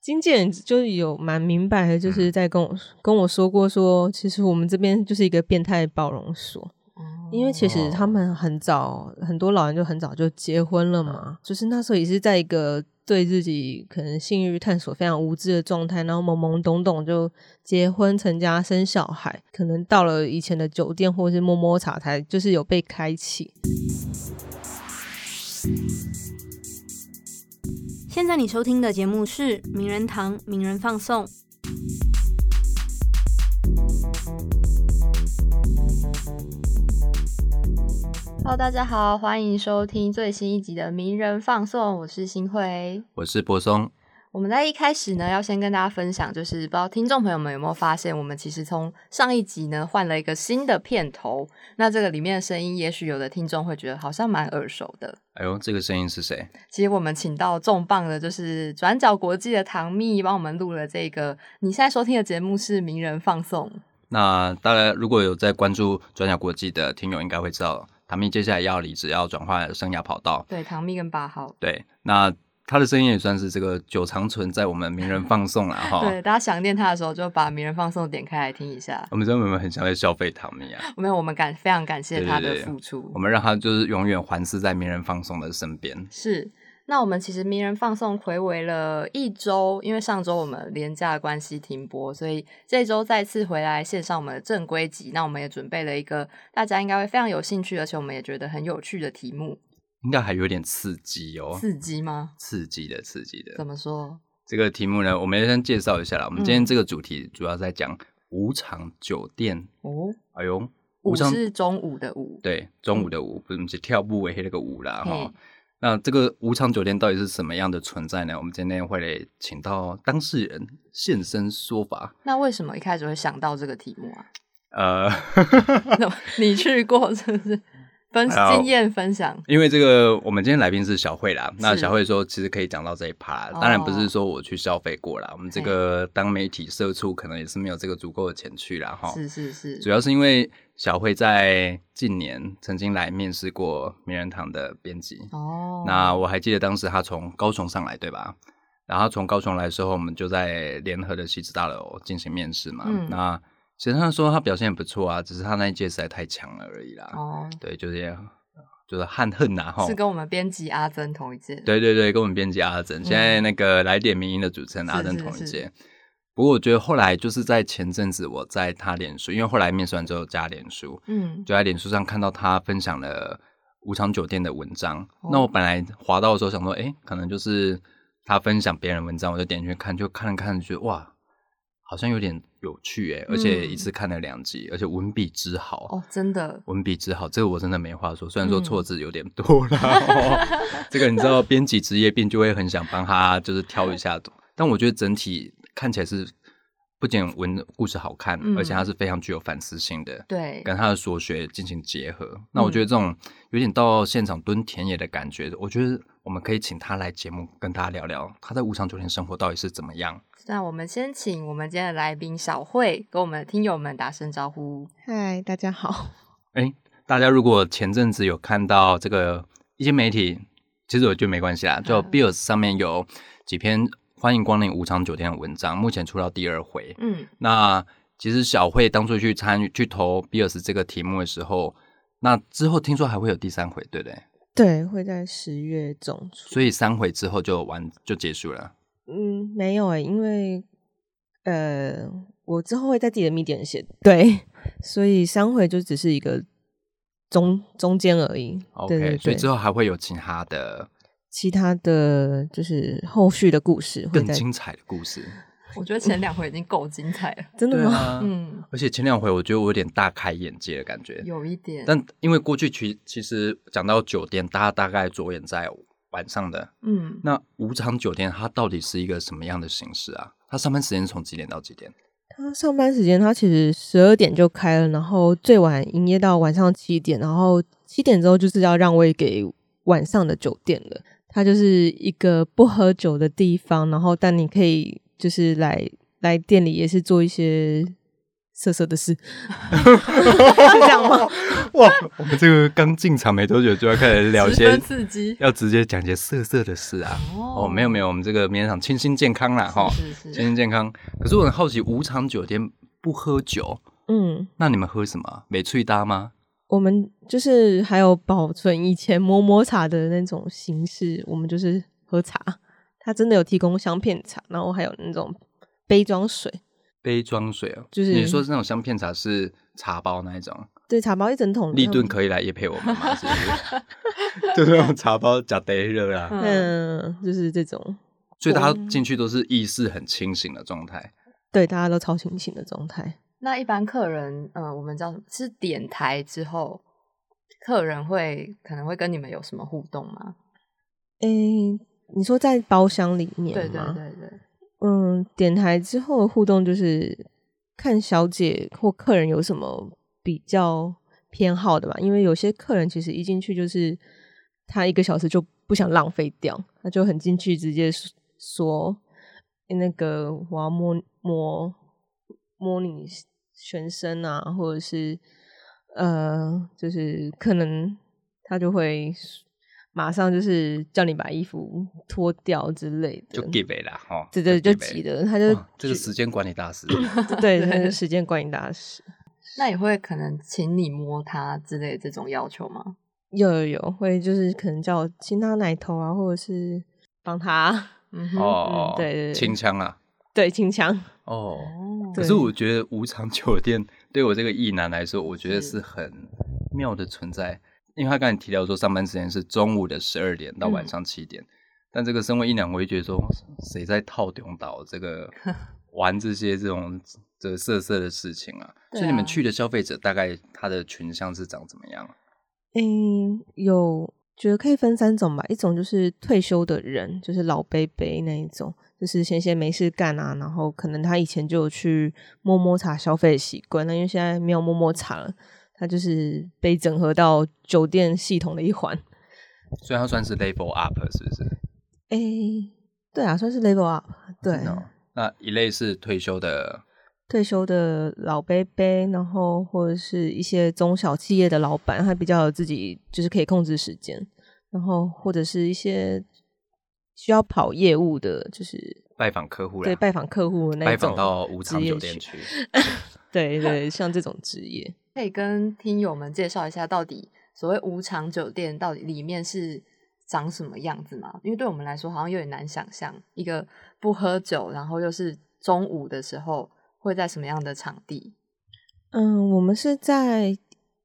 经纪人就是有蛮明白的，就是在跟我、跟我说过说，其实我们这边就是一个变态包容所，因为其实他们很早，很多老人就很早就结婚了嘛，就是那时候也是在一个对自己可能性欲探索非常无知的状态，然后懵懵懂懂就结婚成家生小孩，可能到了以前的酒店或是摸摸茶才就是有被开启。现在你收听的节目是《名人堂名人放送》。 Hello，大家好，欢迎收听最新一集的《名人放送》，我是新慧。我是柏松，我们在一开始呢，要先跟大家分享，就是不知道听众朋友们有没有发现，我们其实从上一集呢换了一个新的片头，那这个里面的声音，也许有的听众会觉得好像蛮耳熟的。哎呦，这个声音是谁？其实我们请到重磅的，就是转角国际的唐蜜帮我们录了这个。你现在收听的节目是《名人放送》，那大家如果有在关注转角国际的听友，应该会知道，唐蜜接下来要离职，要转换生涯跑道。对，唐蜜跟八号。对，那他的声音也算是这个久长存在我们名人放送了哈。 对，大家想念他的时候，就把《名人放送》点开来听一下。我们真的很想在消费唐蜜啊，没有，我们感非常感谢他的对对对付出。我们让他就是永远环视在名人放送的身边。是，那我们其实名人放送回违了一周，因为上周我们廉价的关系停播，所以这周再次回来线上我们的正规集。那我们也准备了一个大家应该会非常有兴趣，而且我们也觉得很有趣的题目，应该还有点刺激哦，刺激吗？刺激的，刺激的怎。么说？这个题目呢，我们先介绍一下啦。我们嗯今天这个主题主要在讲无偿酒店。哦，哎呦，午无偿是中午的午，对，中午的午不是跳步为黑那个舞啦嗯嘿哈。那这个无偿酒店到底是什么样的存在呢？我们今天会请到当事人现身说法。那为什么一开始会想到这个题目啊？ 呃， 怎么你去过是不是？分哎呦经验分享，因为这个我们今天来宾是小慧啦，那是小慧说其实可以讲到这一趴，哦当然不是说我去消费过啦，我们这个当媒体社畜可能也是没有这个足够的钱去啦哈。是是是，主要是因为小慧在近年曾经来面试过名人堂的编辑，哦，那我还记得当时他从高雄上来，对吧？然后他从高雄来之后，我们就在联合的西子大楼进行面试嘛。嗯那其实他说他表现也不错啊，只是他那一届实在太强了而已啦。哦，对，就是也就是憾恨呐、啊、吼是。跟我们编辑阿珍同一届，对对对，跟我们编辑阿珍，现在那个来点名音的主持人阿珍嗯是是同一是届。不过我觉得后来就是在前阵子，我在他脸书，因为后来面试完之后加脸书，嗯，就在脸书上看到他分享了无偿酒店的文章。哦那我本来滑到的时候想说，诶，可能就是他分享别人文章，我就点进去看，就看了看，觉得哇，好像有点有趣诶，而且一次看了两集，而且文笔之好。嗯哦，嗯真的，文笔之好，这个我真的没话说。虽然说错字有点多啦， 哦这个你知道，编辑职业病就会很想帮他就是挑一下，但我觉得整体看起来是不仅文故事好看，嗯而且它是非常具有反思性的。对，跟他的所学进行结合。那我觉得这种有点到现场蹲田野的感觉，我觉得我们可以请他来节目跟大家聊聊他在无偿酒店生活到底是怎么样。那我们先请我们今天的来宾小慧跟我们的听友们打声招呼。嗨，大家好，大家如果前阵子有看到这个一些媒体，其实我觉得没关系啦，就 Bills 上面有几篇欢迎光临无偿酒店的文章，目前出到第二回。嗯，那其实小慧当初去参与去投 Bills 这个题目的时候，那之后听说还会有第三回，对不对？ 对，会在十月中出。所以三回之后就完就结束了。嗯，没有哎、因为呃，我之后会在自己的 media 写，对， 所以商会就只是一个中中间而已。 OK，对对所以之对，后还会有其他的其他的就是后续的故事会更在精彩的故事。我觉得前两回已经够精彩 了。真的吗？啊，嗯，而且前两回我觉得我有点大开眼界的感觉。有一点，但因为过去其其实讲到酒店，大家大概着眼在晚上的。嗯，那无偿酒店它到底是一个什么样的形式啊？它上班时间是从几点到几点？他上班时间他其实十二点就开了，然后最晚营业到晚上七点，然后七点之后就是要让位给晚上的酒店了。它就是一个不喝酒的地方，然后但你可以就是来来店里也是做一些色色的事，是这样吗？ 哇，我们这个刚进场没多久就要开始聊一十些分刺激。 要直接讲一些色色的事啊。哦，没有没有，我们这个名人堂清新健康啦，哈，是是清是，新健康。可是我很好奇，无偿酒店不喝酒，嗯，那你们喝什么啊？美翠搭吗？我们就是还有保存以前摸摸茶的那种形式，我们就是喝茶。它真的有提供香片茶，然后还有那种杯装水，杯装水哦，就是你说是那种香片茶是茶包那一种，对，茶包一整桶。嗯立顿可以来也配我们 吗？是不啊是？就是那种茶包假得热啊，嗯，就是这种，所以大家进去都是意识很清醒的状态。对，大家都超清醒的状态。那一般客人，呃，我们叫什么？是点台之后，客人会可能会跟你们有什么互动吗？诶、你说在包厢里面对对吗？对对，嗯，点台之后的互动就是看小姐或客人有什么比较偏好的吧，因为有些客人其实一进去就是他一个小时就不想浪费掉，他就很进去直接说说诶那个我要摸摸摸你全身啊，或者是呃，就是可能他就会马上就是叫你把衣服脱掉之类的，就 give 啦，哦哈，对对，就给急呗了，他就哇这个时间管理大师， 对，真的是时间管理大师。那也会可能请你摸它之类的这种要求吗？有有有，会就是可能叫我亲他奶头啊，或者是帮他嗯哦哼，哦， 嗯对对对清腔啊，对清腔。哦。哦可对是我觉得无偿酒店对我这个异男来说，我觉得是是很妙的存在，因为他刚才提到说上班时间是中午的十二点到嗯晚上七点，但这个身为异男，我会觉得说谁在套中岛 这个玩这些这种这个色色的事情啊？对啊所以你们去的消费者大概他的群像是长怎么样？嗯，有觉得可以分三种吧，一种就是退休的人，就是老伯伯那一种，就是闲闲没事干啊，然后可能他以前就有去摸摸茶消费的习惯，那因为现在没有摸摸茶了，他就是被整合到酒店系统的一环。所以他算是 level up 是不是？哎、对啊，算是 level up，对。真的哦那一类是退休的退休的老伯伯，然后或者是一些中小企业的老板，他比较有自己就是可以控制时间，然后或者是一些需要跑业务的，就是拜访客户啦，对拜访客户的那拜一种访到无偿职业酒店群去。 对 对，像这种职业，可以跟听友们介绍一下，到底所谓无偿酒店到底里面是长什么样子吗？因为对我们来说好像有点难想象，一个不喝酒，然后又是中午的时候会在什么样的场地？嗯，我们是在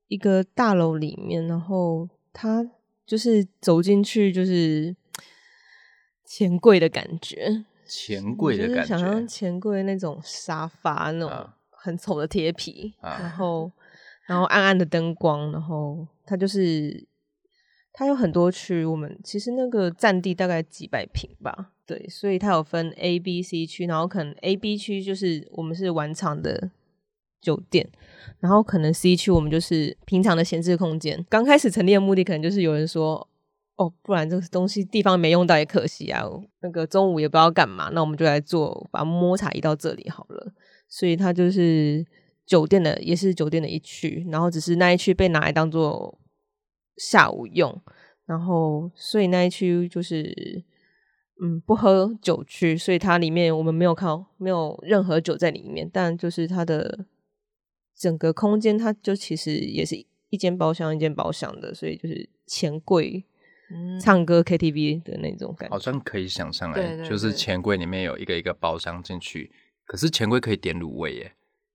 一个大楼里面，然后他就是走进去就是钱柜的感觉，钱柜的就是感觉，想象钱柜那种沙发那种啊很丑的贴皮，啊然后然后暗暗的灯光，然后它就是它有很多区，我们其实那个占地大概几百平吧，对，所以它有分 A、B、C 区，然后可能 A、B 区就是我们是晚场的酒店，然后可能 C 区我们就是平常的闲置空间。刚开始成立的目的可能就是有人说，哦，不然这个东西地方没用到也可惜啊，那个中午也不知道干嘛，那我们就来做把摸茶移到这里好了。所以它就是酒店的，也是酒店的一区，然后只是那一区被拿来当做下午用，然后所以那一区就是。嗯，不喝酒区，所以它里面我们没有靠，没有任何酒在里面，但就是它的整个空间，它就其实也是一间包厢一间包厢的，所以就是钱柜、嗯，唱歌 KTV 的那种感好觉。像哦可以想象哎、对对就是对钱柜里面有一个一个包厢进去，可是钱柜可以点卤味耶，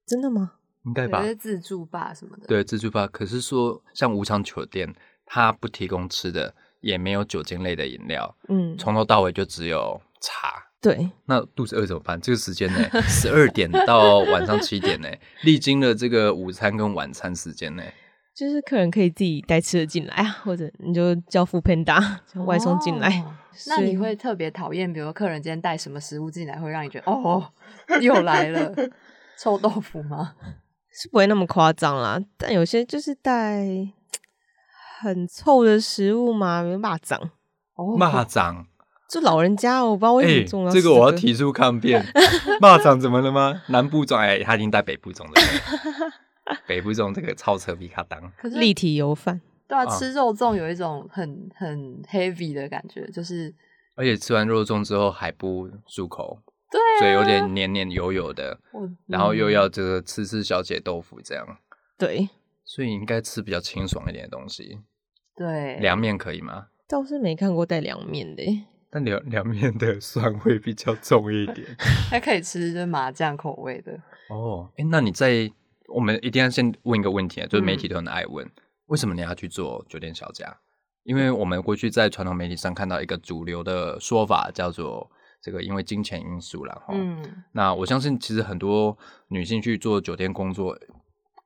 真的吗？应该吧有？些自助吧什么的。，对，自助吧。可是说像无偿酒店，它不提供吃的，也没有酒精类的饮料，嗯，从头到尾就只有茶。对，那肚子饿怎么办？这个时 间呢，十二点到晚上七点呢，历经了这个午餐跟晚餐时 间呢，就是客人可以自己带吃的进来啊，或者你就叫副 Panda 叫外送进来。 哦那所以你会特别讨厌，比如客人今天带什么食物进来，会让你觉得哦，又来 了臭豆腐吗？是不会那么夸张啦，但有些就是带很臭的食物嘛，比如蚂蚱、哦，蚂蚱就老人家，哦我不知道为什么重要、哎这个我要提出 抗辩。骂长怎么了吗？南部粽哎、他已经带北 部粽了，北部粽这个超扯皮卡当。可是立体油饭，对啊，啊吃肉粽有一种很很 heavy 的感觉，就是而且吃完肉粽之后还不漱口，对、啊，所以有点黏黏油油的，我，然后又嗯要这个吃吃小姐豆腐这样，对，所以应该吃比较清爽一点的东西。对凉面可以吗？倒是没看过带凉面的欸耶、但凉凉面的酸味比较重一点。还可以吃就是麻酱口味的，哦，哎，那你在我们一定要先问一个问题啊，就是媒体都很爱问，为什么你要去做酒店小姐啊？因为我们过去在传统媒体上看到一个主流的说法，叫做这个因为金钱因素啦。嗯，嗯，那我相信其实很多女性去做酒店工作，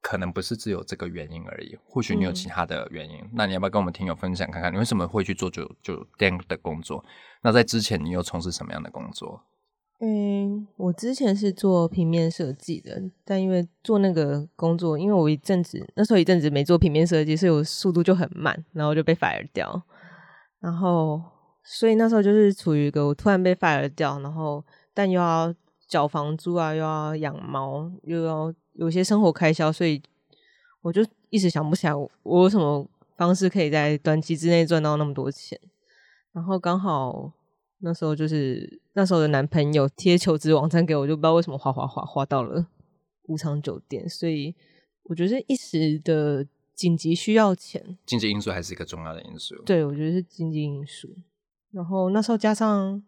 可能不是只有这个原因而已，或许你有嗯其他的原因。那你要不要跟我们听友分享看看，你为什么会去做酒酒店的工作？那在之前你又从事什么样的工作？嗯，我之前是做平面设计的，但因为做那个工作，因为我一阵子那时候一阵子没做平面设计，所以我速度就很慢，然后就被 fire 掉。然后，所以那时候就是处于一个我突然被 fire 掉，然后但又要缴房租啊，又要养猫，又要有一些生活开销，所以我就一直想不起来我我有什么方式可以在短期之内赚到那么多钱。然后刚好那时候就是那时候的男朋友贴求职网站给我，就不知道为什么滑滑滑滑到了无偿酒店，所以我觉得一时的紧急需要钱，经济因素还是一个重要的因素。对我觉得是经济因素。然后那时候加上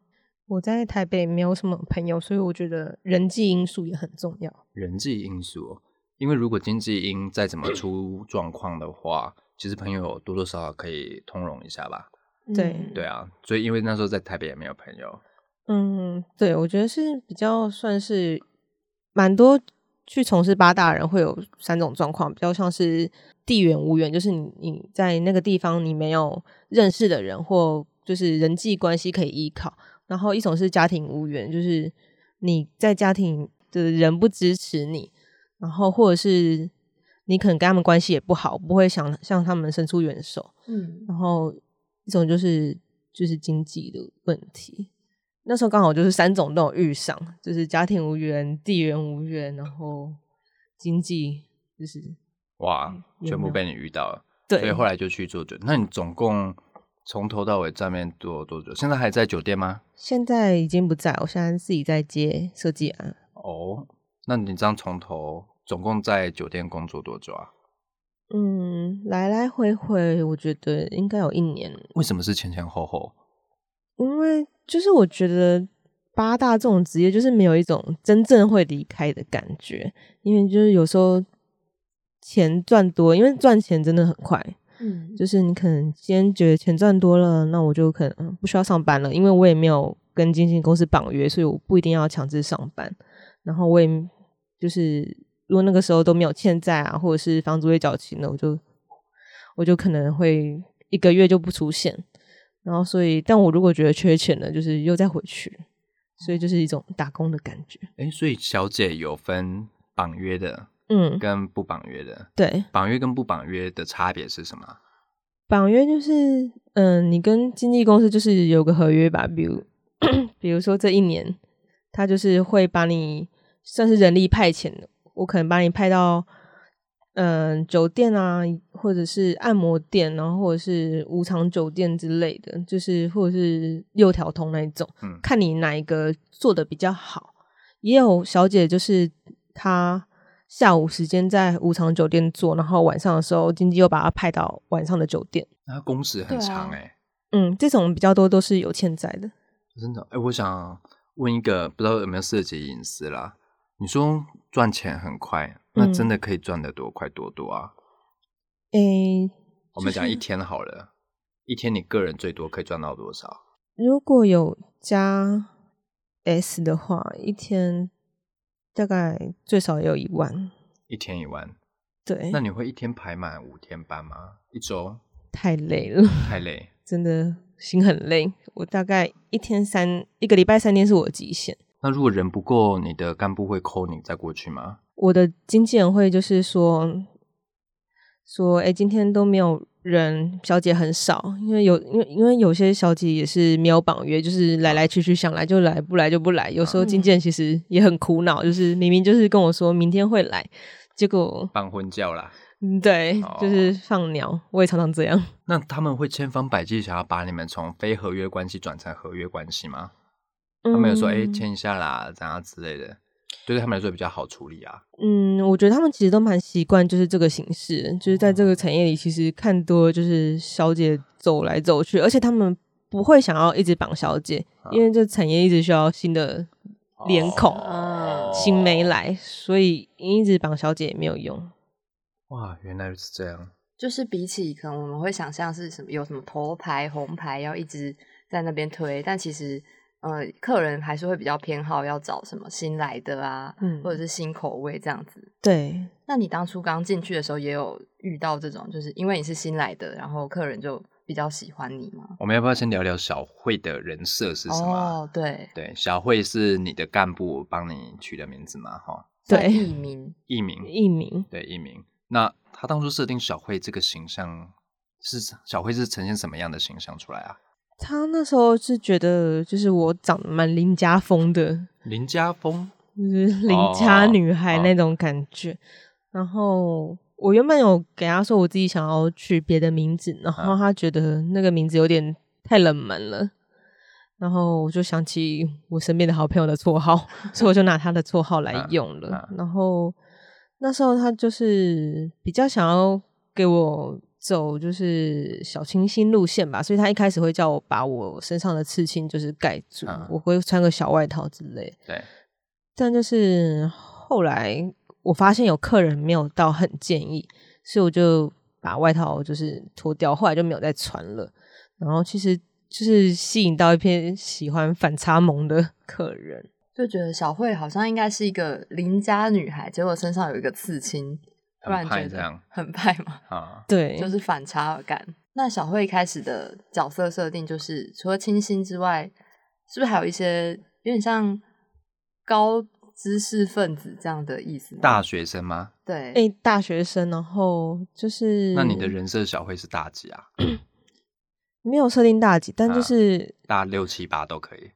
我在台北没有什么朋友，所以我觉得人际因素也很重要。人际因素哦，因为如果经济因再怎么出状况的话，其实朋友多多少少可以通融一下吧。对嗯对，啊，所以因为那时候在台北也没有朋友，嗯，对，我觉得是比较算是蛮多去从事八大人会有三种状况，比较像是地缘无缘，就是你你在那个地方你没有认识的人或就是人际关系可以依靠，然后一种是家庭无缘，就是你在家庭的人不支持你，然后或者是你可能跟他们关系也不好，不会想向他们伸出援手，嗯，然后一种就是就是经济的问题。那时候刚好就是三种都有遇上，就是家庭无缘、地缘无缘，然后经济就是哇，有全嗯没部有被你遇到了，所以对。后来就去做酒。那你总共从头到尾在那边做多久？现在还在酒店吗？现在已经不在，我现在自己在接设计啊案，哦，那你这样从头总共在酒店工作多久啊？嗯，来来回回，我觉得应该有一年了为什么是前前后后？因为就是我觉得八大这种职业就是没有一种真正会离开的感觉，因为就是有时候钱赚多，因为赚钱真的很快，嗯，就是你可能今天觉得钱赚多了，那我就可能嗯不需要上班了，因为我也没有跟经纪公司绑约，所以我不一定要强制上班。然后我也就是如果那个时候都没有欠债啊，或者是房租也缴清了，我就我就可能会一个月就不出现。然后所以，但我如果觉得缺钱了，就是又再回去，所以就是一种打工的感觉。哎，所以小姐有分绑约的嗯，跟不绑约的，对。绑约跟不绑约的差别是什么啊？绑约就是，嗯，你跟经纪公司就是有个合约吧，比如， 比如说这一年，他就是会把你算是人力派遣的，我可能把你派到，嗯，酒店啊，或者是按摩店，然后或者是无偿酒店之类的，就是或者是六条通那一种，嗯看你哪一个做的比较好。也有小姐就是她下午时间在无偿酒店做，然后晚上的时候经纪又把她派到晚上的酒店。那它工时很对啊长哎、嗯，这种比较多都是有欠债的。真的哎、我想问一个，不知道有没有涉及隐私啦？你说赚钱很快，那嗯真的可以赚得多快多多啊？诶、我们讲一天好了，一天你个人最多可以赚到多少？如果有加 S 的话，一天大概最少也有一万。一天一万，对，那你会一天排满五天班吗？一周太累了，太累，真的心很累。我大概一天三，一个礼拜三天是我的极限。那如果人不够，你的干部会扣你再过去吗？我的经纪人会就是说，说，哎、今天都没有人，小姐很少，因为有因为因为有些小姐也是没有绑约，就是来来去去，想来就来，不来就不来。有时候嗯经纪人其实也很苦恼，就是明明就是跟我说明天会来，结果办婚教啦。嗯对哦，就是放鸟，我也常常这样。那他们会千方百计想要把你们从非合约关系转成合约关系吗？他们有说，哎、嗯签一下啦，怎样之类的，对对他们来说比较好处理啊。嗯，我觉得他们其实都蛮习惯，就是这个形式的，就是在这个产业里，其实看多了就是小姐走来走去，而且他们不会想要一直绑小姐，因为这产业一直需要新的脸哦孔、嗯哦新没来，所以一直绑小姐也没有用。哇，原来是这样。就是比起可能我们会想象是什么有什么头牌、红牌要一直在那边推，但其实呃，客人还是会比较偏好要找什么新来的啊，嗯或者是新口味这样子。对，那你当初刚进去的时候也有遇到这种，就是因为你是新来的，然后客人就比较喜欢你吗？我们要不要先聊聊小慧的人设是什么啊？哦，对，对，小慧是你的干部帮你取的名字嘛？哈，对算艺名，艺名，艺名对，艺名。那他当初设定小慧这个形象是小慧是呈现什么样的形象出来啊？他那时候是觉得，就是我长得蛮邻家风的，林家风就是邻哦家女孩那种感觉。然后我原本有给他说我自己想要取别的名字，然嗯后他觉得那个名字有点太冷门了。然后我就想起我身边的好朋友的绰号，所以我就拿他的绰号来用了。嗯然后那时候他就是比较想要给我走就是小清新路线吧，所以他一开始会叫我把我身上的刺青就是盖住，嗯我会穿个小外套之类的。对，但就是后来我发现有客人没有到很建议，所以我就把外套就是脱掉，后来就没有再穿了。然后其实就是吸引到一片喜欢反差萌的 客人，就觉得小慧好像应该是一个邻家女孩，结果身上有一个刺青，突然很觉派这得样很派嘛。啊。对，就是反差感。那小慧一开始的角色设定就是，除了清新之外，是不是还有一些有点像高知识分子这样的意思？大学生吗？对，诶大学生，然后就是那你的人设小慧是大几啊？没有设定大几，但啊就是大六七八都可以。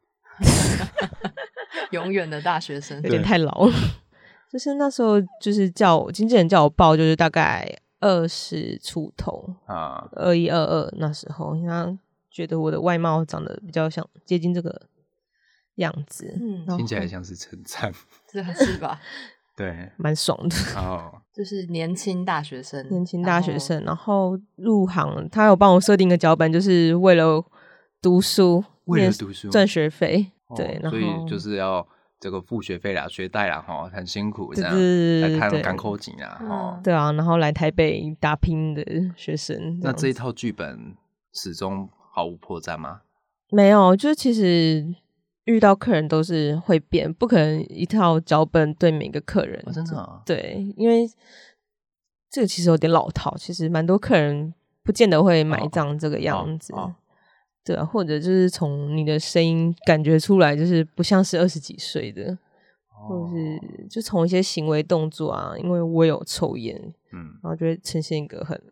永远的大学生有。点太老了。 就是那时候就是叫我经纪人叫我报，就是大概二十出头，啊，二一二二那时候，因为他觉得我的外貌长得比较像接近这个样子，嗯然，后听起来像是称赞。这样是吧？对， 蛮爽的。 哦，就是年轻大学生，年轻大学生，嗯然后入行，他有帮我设定一个脚本，就是为了读书，为了念读书赚学费，哦对，然后所以就是要这个付学费啦、学贷啦，哈，很辛苦这对样，对对来对看对港口景啊，嗯哦。对啊，然后来台北打拼的学生，那样这一子套剧本始终毫无破绽吗？没有，就是其实。遇到客人都是会变，不可能一套脚本对每个客人。哦真的啊对，因为这个其实有点老套，其实蛮多客人不见得会买哦账这个样子。哦哦对啊，或者就是从你的声音感觉出来，就是不像是二十几岁的，或哦者是就从一些行为动作啊，因为我有抽烟，嗯，然后就会呈现一个很比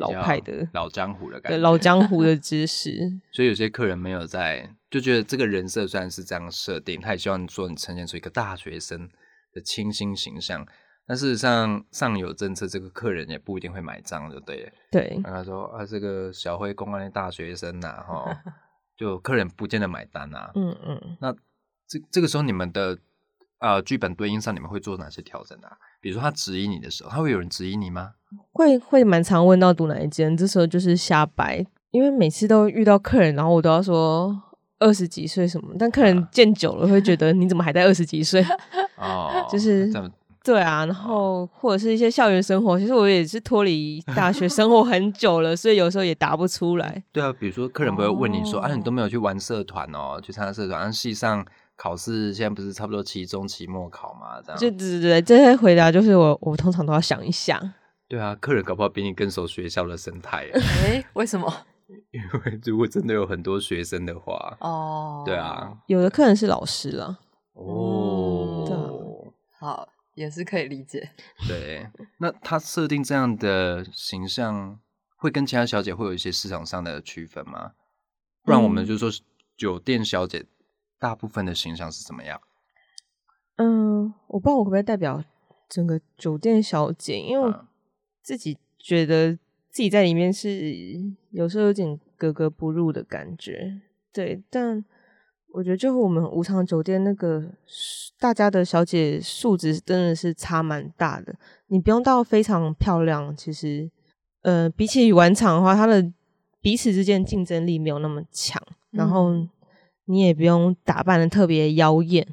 老较派的、老江湖的感对觉，老江湖 的知识。所以有些客人没有在，就觉得这个人设虽然是这样设定，他也希望说你呈现出一个大学生的清新形象，但事实上上有政策，这个客人也不一定会买账，就对了。 对那他说啊，这个小辉公安的大学生呐、哈，就客人不见得买单呐、嗯 嗯，那这这个时候你们的呃剧本对应上，你们会做哪些调整啊？比如说他质疑你的时候，他会有人质疑你吗？会会蛮常问到读哪一间，这时候就是瞎掰，因为每次都遇到客人，然后我都要说二十几岁什么，但客人见久了会觉得你怎么还在二十几岁？哦， 就是这么对啊，然后或者是一些校园生活，其实我也是脱离大学生活很久了，所以有时候也答不出来。对啊。比如说客人不会问你说、啊，哦你都没有去玩社团哦，去参加社团，那系上考试现在不是差不多期中、期末考嘛？这样就对对对，这些回答就是我我通常都要想一想，对啊，客人搞不好比你更熟学校的生态耶，啊哎、为什么？ 因为如果真的有很多学生的话，哦，对啊，，有的客人是老师啦，哦对啊，好，也是可以理解。啊对， 那她设定这样的形象，会跟其他小姐会有一些市场上的区分吗？不然我们就说酒店小姐大部分的形象是怎么样？嗯，我不知道我可不可以代表整个酒店小姐，因为我嗯自己觉得自己在里面是有时候有点格格不入的感觉。对，但我觉得就和我们无偿酒店那个素大家的小姐素质真的是差蛮大的。你不用到非常漂亮，其实呃，比起晚场的话，她的彼此之间竞争力没有那么强，然后你也不用打扮的特别妖艳。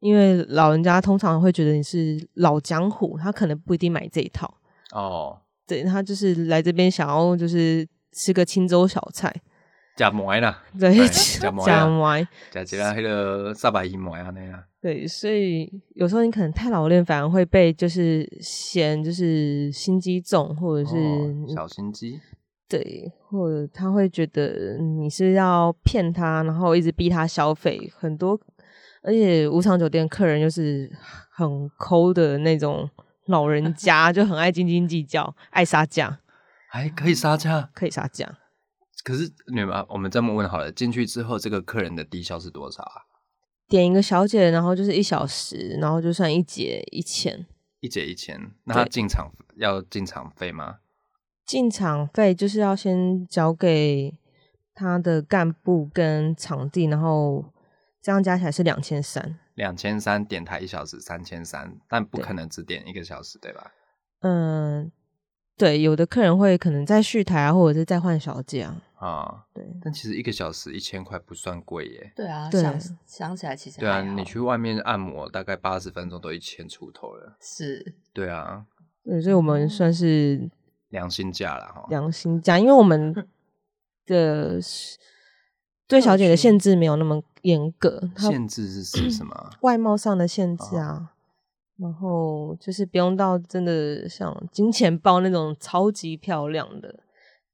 因为老人家通常会觉得你是老江湖，他可能不一定买这一套。哦，对他就是来这边想要就是吃个清粥小菜， 假模啦，对，对讲吃糜啊完，假其他那个萨巴伊模呀那样。对，所以有时候你可能太老练，反而会被就是嫌就是心机重，或者是、哦小心机，对，或者他会觉得你是要骗他，然后一直逼他消费很多，而且无偿酒店客人又是很抠的那种老 人家，就很爱斤斤计较，爱杀价，还可以杀价。可以杀价。可是你们，我们这么问好了，进去之后这个客人的低消是多少啊？点一个小姐，然后就是一小时，然后就算一节一千。一节一千，那他对进场要进场费吗？进场费就是要先交给他的干部跟场地，然后这样加起来是两千三。两千三点台一小时三千三，但不对可能只点一个小时，对吧？嗯，对，有的客人会可能再续台啊，或者是再换小姐啊。啊、对，但其实一个小时一千块不算贵耶。对啊，对想想起来其实对啊，还好你去外面按摩大概八十分钟都一千出头了。是对啊，对，所以我们算是良心价啦哈。良心价，因为我们的是对小姐的限制没有那么严格，她限制是是什么？啊外貌上的限制啊，然后就是不用到真的像金钱豹那种超级漂亮的，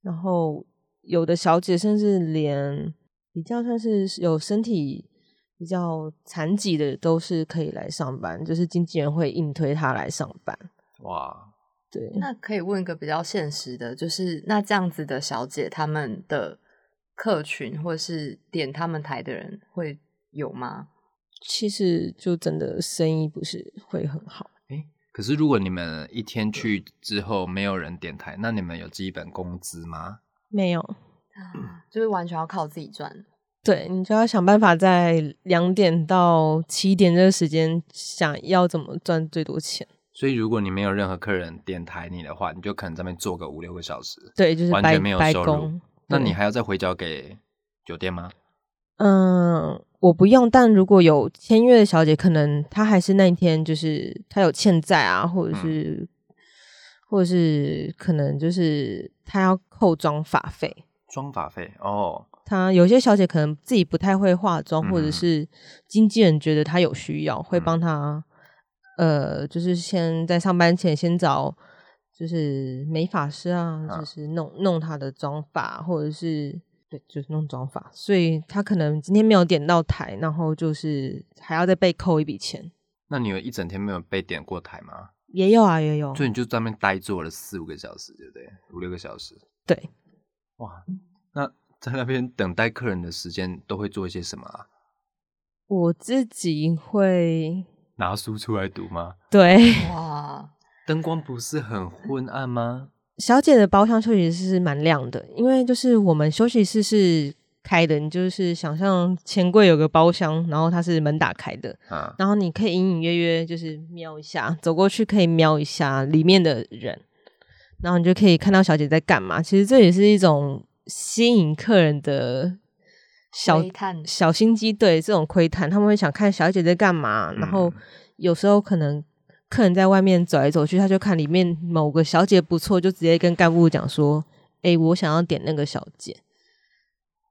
然后有的小姐甚至连比较算是有身体比较残疾的都是可以来上班，就是经纪人会硬推她来上班。哇，对，那可以问一个比较现实的，就是那这样子的小姐，他们的客群或是点他们台的人会有吗？其实就真的生意不是会很好。可是如果你们一天去之后没有人点台，那你们有基本工资吗？没有，就是完全要靠自己赚。对你就要想办法在两点到七点这个时间，想要怎么赚最多钱。所以如果你没有任何客人点台你的话，你就可能在那边坐个五六个小时，对，就是完白全没有白收入工。。那你对还要再回交给酒店吗？嗯，我不用，但如果有签约的小姐，可能她还是那一天就是她有欠债啊，或者嗯是、或者是可能就是她要扣妆发费。妆发费哦，她有些小姐可能自己不太会化妆，或嗯者是经纪人觉得她有需要，会嗯帮她呃，就是先在上班前先找。就是美发师啊，啊就是弄弄她的妆发，或者是对，就是弄妆发，所以她可能今天没有点到台，然后就是还要再被扣一笔钱。那你有一整天没有被点过台吗？也有啊，也有，所以你就在那边呆坐了四五个小时，对不对？五六个小时。对，哇，那在那边等待客人的时间都会做一些什么啊？我自己会拿书出来读吗？对哇，灯光不是很昏暗吗？小姐的包厢休息室是蛮亮的，因为就是我们休息室是开的，你就是想象钱柜有个包厢，然后它是门打开的，啊，然后你可以隐隐约约就是瞄一下，走过去可以瞄一下里面的人，然后你就可以看到小姐在干嘛。其实这也是一种吸引客人的小窥探小心机，对这种窥探，他们会想看小姐在干嘛。然后嗯有时候可能客人在外面走来走去，他就看里面某个小姐不错，就直接跟干部讲说：“哎、我想要点那个小姐。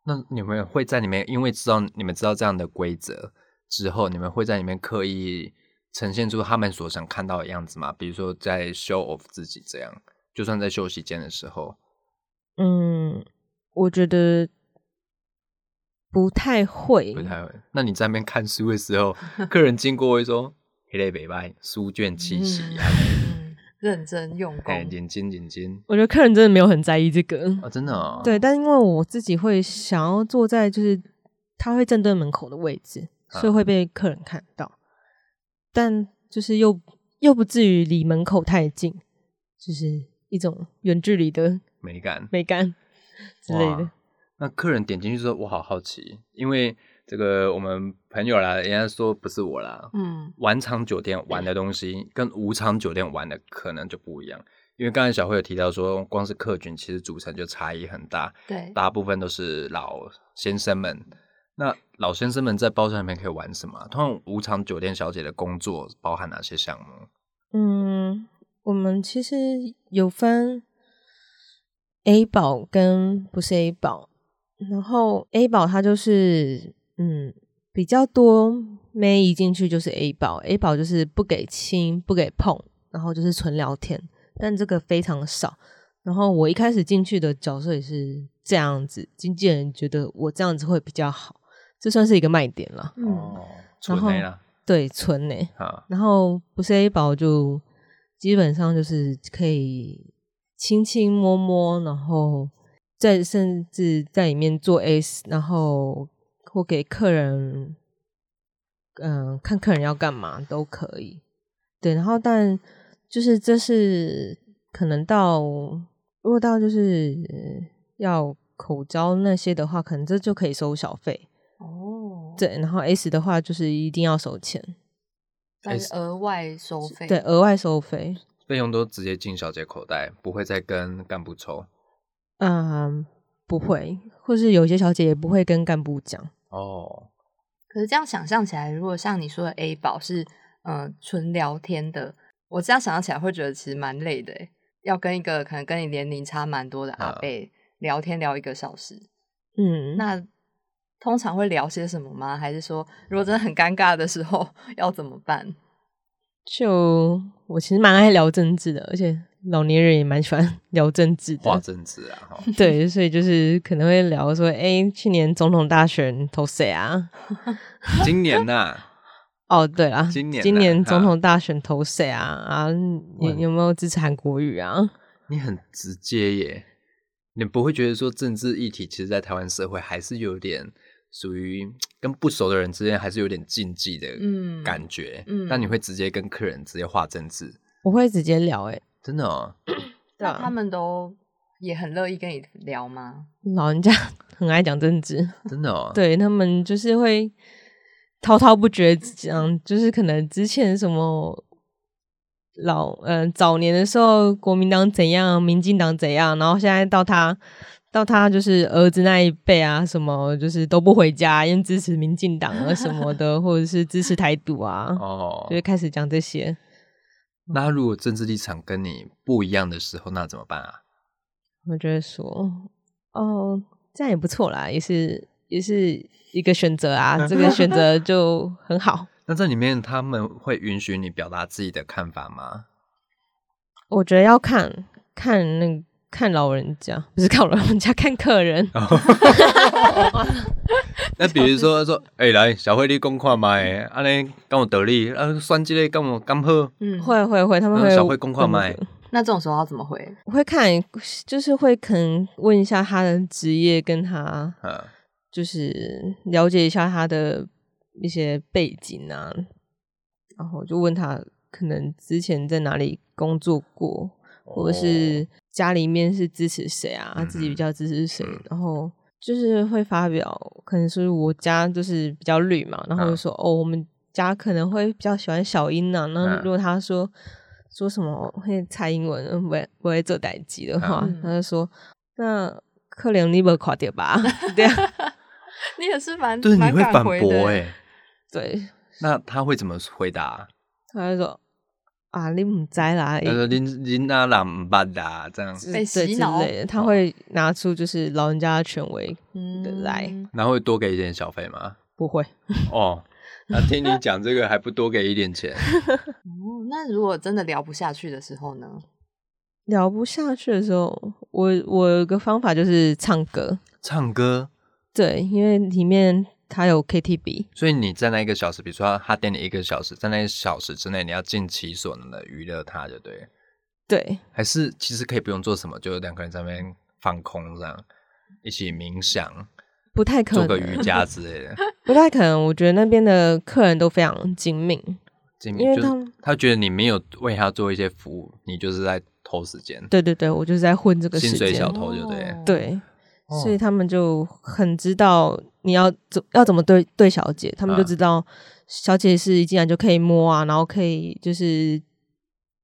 那你们会在里面，因为知道你们知道这样的规则之后，你们会在里面刻意呈现出他们所想看到的样子吗？比如说在 show off 自己这样，就算在休息间的时候，”嗯，我觉得不太会， 不太会。那你在那边看书的时候，客人经过会说：“黑类北拜，书卷气息啊，嗯认真用哎、功，眼睛眼睛我觉得客人真的没有很在意这个，啊，真的、哦， 对，但因为我自己会想要坐在就是他会正对门口的位置，所以会被客人看到，但就是又又不至于离门口太近，就是一种远距离的美感美感之类的哇。那客人点进去之后，我好好奇，因为这个我们朋友啦，人家说不是我啦，嗯，晚场酒店玩的东西跟无场酒店玩的可能就不一样。因为刚才小慧有提到说，光是客群其实组成就差异很大，对，大部分都是老先生们。那老先生们在包厢里面可以玩什么啊？通常无场酒店小姐的工作包含哪些项目？嗯，我们其实有分 A 宝跟不是 A 宝，然后 A 宝它就是嗯比较多妹一进去就是 A 宝，A 宝就是不给亲不给碰，然后就是纯聊天，但这个非常少。然后我一开始进去的角色也是这样子，经纪人觉得我这样子会比较好，这算是一个卖点了。嗯，，哦纯黑啦，对，纯呢、啊，然后不是 A 宝就基本上就是可以轻轻摸摸，然后再甚至在里面做 S，然后或给客人，嗯、看客人要干嘛都可以。对，然后但就是这是可能到如果到就是呃要口交那些的话，可能这就可以收小费。哦，对，然后 S 的话就是一定要收钱。但是额外收费，对，，额外收费。费用都直接进小姐口袋，不会再跟干部抽。嗯，不会，或是有些小姐也不会跟干部讲。哦，可是这样想象起来，如果像你说的 A 宝是呃纯聊天的，我这样想象起来会觉得其实蛮累的欸，要跟一个可能跟你年龄差蛮多的阿啊贝聊天聊一个小时，嗯，那通常会聊些什么吗？还是说如果真的很尴尬的时候要怎么办？就我其实蛮爱聊政治的，而且老年人也蛮喜欢 聊政治画的。政治啊， 哈，对，所以就是可能会聊说，哎、去年总统大选投谁啊？今年呐、哦，对啦，今年今啊年总啊统大选投谁啊？啊，你哇有没有支持韩国瑜啊？你很直接耶，你不会觉得说政治议题其实，在台湾社会还是有点属于跟不熟的人之间还是有点禁忌的嗯感觉。嗯但你会直接跟客人直接画政治，我会直接聊、哎，真的哦，对那他啊，们都也很乐意跟你聊吗？老人家 很爱讲政治。真的哦。，对他们就是会滔滔不绝讲，就是可能之前什么老嗯、早年的时候，国民党怎样，民进党怎样，然后现在到他到他就是儿子那一辈啊，什么就是都不回家，因为支持民进党啊什么的，或者是支持台独啊，哦就，会开始讲这些。那如果政治立场跟你不一样的时候，那怎么办啊？我就会说，哦，这样也不错啦，也是也是一个选择啊，这个选择就很好。那这里面他们会允许你表达自己的看法吗？我觉得要看看那看老人家，不是看老人家，看客人。哦那比如说说，哎、来，小慧你公看嘛，哎，安尼跟我得力，啊，算这个跟我刚好，嗯，会会会，他们嗯会小慧公话问我麦的那这种时候要怎么回？ 我会看，就是会可能问一下他的职业，跟他嗯。就是了解一下他的一些背景啊，然后就问他可能之前在哪里工作过，或者是家里面是支持谁啊，哦嗯自己比较支持谁嗯，然后就是会发表，可能是我家就是比较绿嘛，然后嗯就说、哦，我们家可能会比较喜欢小英啊，那嗯如果他说。说什么会蔡英文嗯不会不会做代机的话，嗯他就说那可能你没垮掉吧， 对 啊，你也是蛮哦对，你蛮会敢反回驳的哎、对，那他会怎么回答、他就说啊，你唔知啦，他说林林阿朗唔捌啦，这样，之被对洗之脑类的，他会哦拿出就是老人家的权威，的来嗯然后会多给一点小费吗？不会，哦， 那听你讲这个还不多给一点钱？哦，那如果真的聊不下去的时候呢？聊不下去的时候，我我有个方法就是唱歌，唱歌对，因为里面它有 KTV，所以你在那一个小时，比如说他点你一个小时，在那一小时之内，你要尽其所能的娱乐他，就对了。对，还是其实可以不用做什么，就两个人在那边放空这样，一起冥想，不太可做个瑜能，伽之类的。 不太可能。我觉得那边的客人都非常精明，精因为明就他是们他觉得你没有为他做一些服务，你就是在偷时间，对对对，我就是在混这个薪时水间，小偷就对了。对，哦所以他们就很知道你要怎要怎么对对小姐，他们就嗯知道小姐是一进来就可以摸啊，然后可以就是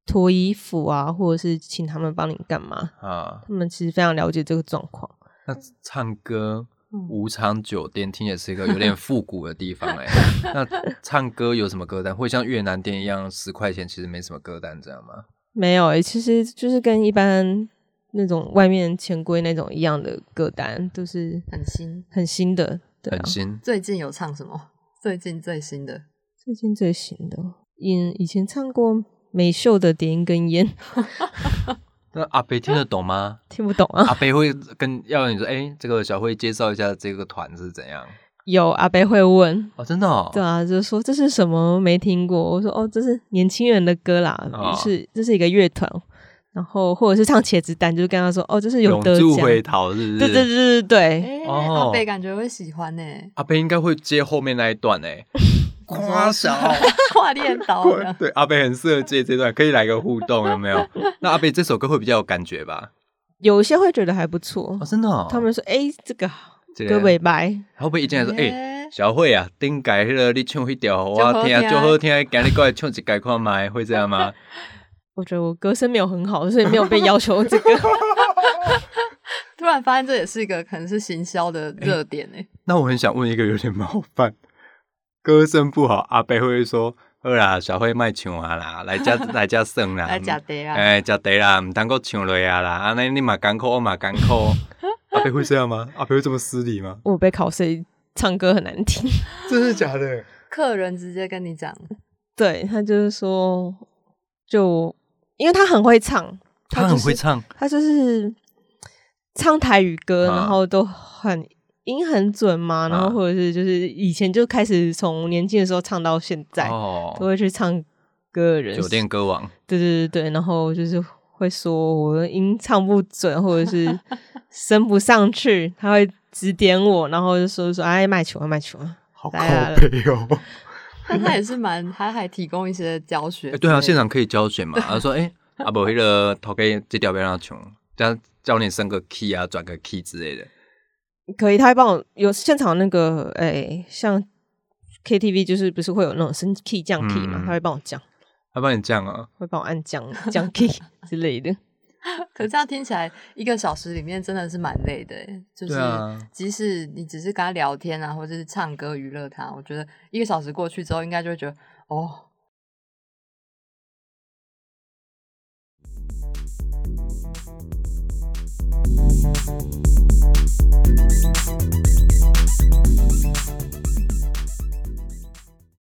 脱衣服啊，或者是请他们帮你干嘛。啊，他们其实非常了解这个状况。那唱哦歌嗯。无常酒店听也是一个有点复古的地方 哎、那唱歌有什么歌单？会像越南店一样十块钱其实没什么歌单这样吗？没有诶、其实就是跟一般那种外面潜规那种一样的歌单，都是很新。很新的。对、啊很，新最近有唱什么？ 最近最新的最近最新的，以以前唱过美秀的《点一根烟》，那阿北听得懂吗？听不懂啊。阿北会跟要你说，哎、这个小慧介绍一下这个团是怎样？有阿贝会问，哦，真的哦，对啊，就是说这是什么没听过？我说哦，这是年轻人的歌啦，哦是这是一个乐团，然后或者是唱茄子蛋，就是跟他说哦，这是有永得驻奖，回逃是不是？对对对对对，哎，哦阿贝感觉会喜欢欸呢，阿贝应该会接后面那一段 哎、夸小， 跨练导的对，阿贝很适合接这段，可以来个互动，有没 有？那阿贝这首歌会比较有感觉吧？有一些会觉得还不错哦，，真的、哦，他们说哎，这个这歌尾白，会不会一进来嗯说，哎、耶小慧啊，顶改迄个你唱迄条，很好我听啊听就好听，啊今日过来唱一改看麦，会这样吗？我觉得我歌声没有很好，所以没有被要求这个。 突然发现这也是一个可能是行销的热点哎，那我很想问一个有点 冒犯，歌声不好，阿贝会不会说，好啦，小慧卖唱啊啦，来遮来遮耍啦，来假啊的啦，哎，食茶啦，毋通够唱落啊啦，安尼你嘛艰苦，我嘛艰 苦。阿伯会这样吗？阿伯会这么失礼吗？我被考试唱歌很难听， 真的假的？客人直接跟你讲，对他就是说，就因为他很会唱，他就很是会唱，他就是唱台语歌，啊然后都很音很准嘛，然后啊或者是就是以前就开始从年轻的时候唱到现在，都哦，会去唱歌的人。酒店歌王，对对对对，然后就是会说我的音唱不准，或者是升不上去，他会指点我，然后就说说哎卖球啊卖球啊，好来啊来背哦。但他也是蛮，他还提供一些教学哎，，对啊，现在场可以教学嘛。他说，哎，阿伯迄个头家这条要让唱，这样教你升个 key 啊，转个 key 之类的。可以，他还帮我有现场那个哎像 KTV 就是不是会有那种升 key 降 key 嘛，嗯他会帮我降。他帮你这样啊，会帮我按降降 key 之类的。可是这样听起来一个小时里面真的是蛮累的哎，就是对啊即使你只是跟他聊天啊，或者是唱歌娱乐他，我觉得一个小时过去之后，应该就会觉得哦，